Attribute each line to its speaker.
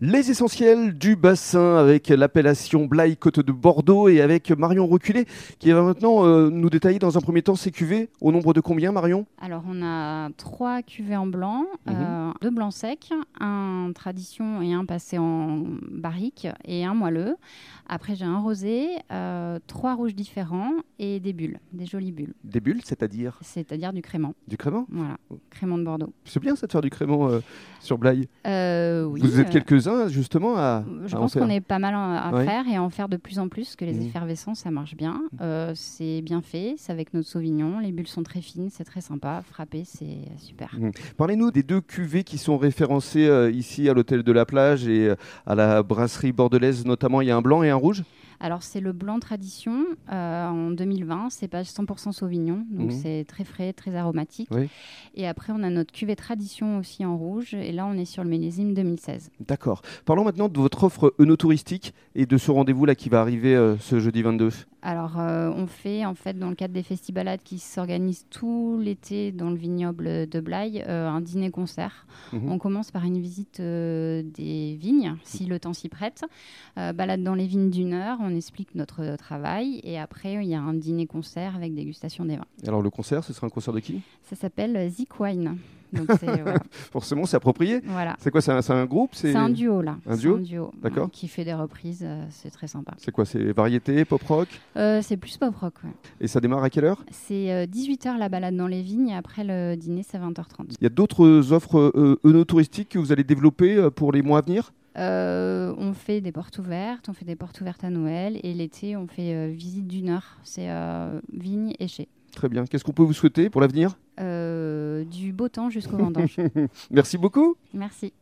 Speaker 1: Les essentiels du bassin avec l'appellation Blaye Côte de Bordeaux et avec Marion Reculé qui va maintenant euh, nous détailler dans un premier temps ces cuvées. Au nombre de combien Marion
Speaker 2: Alors, on a trois cuvées en blanc,
Speaker 1: Mhm.
Speaker 2: euh, deux blancs secs, un tradition et un passé en barrique et un moelleux. Après, j'ai un rosé, euh, trois rouges différents et des bulles, des jolies bulles,
Speaker 1: Des bulles, c'est-à-dire
Speaker 2: c'est-à-dire du crément.
Speaker 1: du crément.
Speaker 2: Voilà, crément de Bordeaux.
Speaker 1: C'est bien ça de faire du crément euh, sur Blaye.
Speaker 2: Euh, oui,
Speaker 1: Vous êtes Ah,
Speaker 2: euh,
Speaker 1: quelques-uns justement à,
Speaker 2: Je
Speaker 1: à en
Speaker 2: pense
Speaker 1: faire.
Speaker 2: qu'on est pas mal à à
Speaker 1: hein. Ouais.
Speaker 2: faire et à en faire de plus en plus, parce que les
Speaker 1: Mhm.
Speaker 2: effervescents, ça marche bien. Euh, c'est bien fait, c'est avec notre Sauvignon. Les bulles sont très fines, c'est très sympa. Frapper, c'est super.
Speaker 1: Parlez-nous des deux cuvées qui sont référencées euh, ici à l'hôtel de la plage et euh, à la brasserie bordelaise notamment. Il y a un blanc et un rouge.
Speaker 2: Alors, c'est le blanc tradition euh, en 2020, c'est pas 100% Sauvignon, donc
Speaker 1: Mhm.
Speaker 2: c'est très frais, très aromatique.
Speaker 1: Oui.
Speaker 2: Et après, on a notre cuvée tradition aussi en rouge, et là, on est sur le millésime 2016.
Speaker 1: D'accord. Parlons maintenant de votre offre œnotouristique et de ce rendez-vous là qui va arriver euh, ce jeudi 22.
Speaker 2: Alors, euh, on fait, en fait, dans le cadre des festivalades qui s'organisent tout l'été dans le vignoble de Blaye, euh, un dîner-concert.
Speaker 1: Mhm.
Speaker 2: On commence par une visite euh, des vignes, si le temps s'y prête. Euh, balade dans les vignes d'une heure, on explique notre euh, travail. Et après, il y a un dîner-concert avec dégustation des vins.
Speaker 1: Alors le concert, ce sera un concert de qui
Speaker 2: Ça s'appelle euh, Zik Wine. Donc, c'est voilà.
Speaker 1: Forcément, c'est approprié.
Speaker 2: voilà.
Speaker 1: C'est quoi C'est un, c'est un groupe
Speaker 2: C'est un duo, là.
Speaker 1: un
Speaker 2: C'est
Speaker 1: duo
Speaker 2: ouais,
Speaker 1: D'accord.
Speaker 2: Qui fait des reprises, euh, c'est très sympa.
Speaker 1: C'est quoi C'est variété, pop rock
Speaker 2: Euh, c'est plus pop rock, ouais.
Speaker 1: Et ça démarre à quelle heure
Speaker 2: C'est 18h la balade dans les vignes et après le dîner, c'est 20h30.
Speaker 1: Il y a d'autres offres euh, œnotouristiques que vous allez développer euh, pour les mois à venir
Speaker 2: Euh, on fait des portes ouvertes, on fait des portes ouvertes à Noël et l'été, on fait euh, visite d'une heure. C'est euh, vignes et chais.
Speaker 1: Très bien. Qu'est-ce qu'on peut vous souhaiter pour l'avenir
Speaker 2: Euh, du beau temps jusqu'au vendanges.
Speaker 1: Merci beaucoup.
Speaker 2: Merci.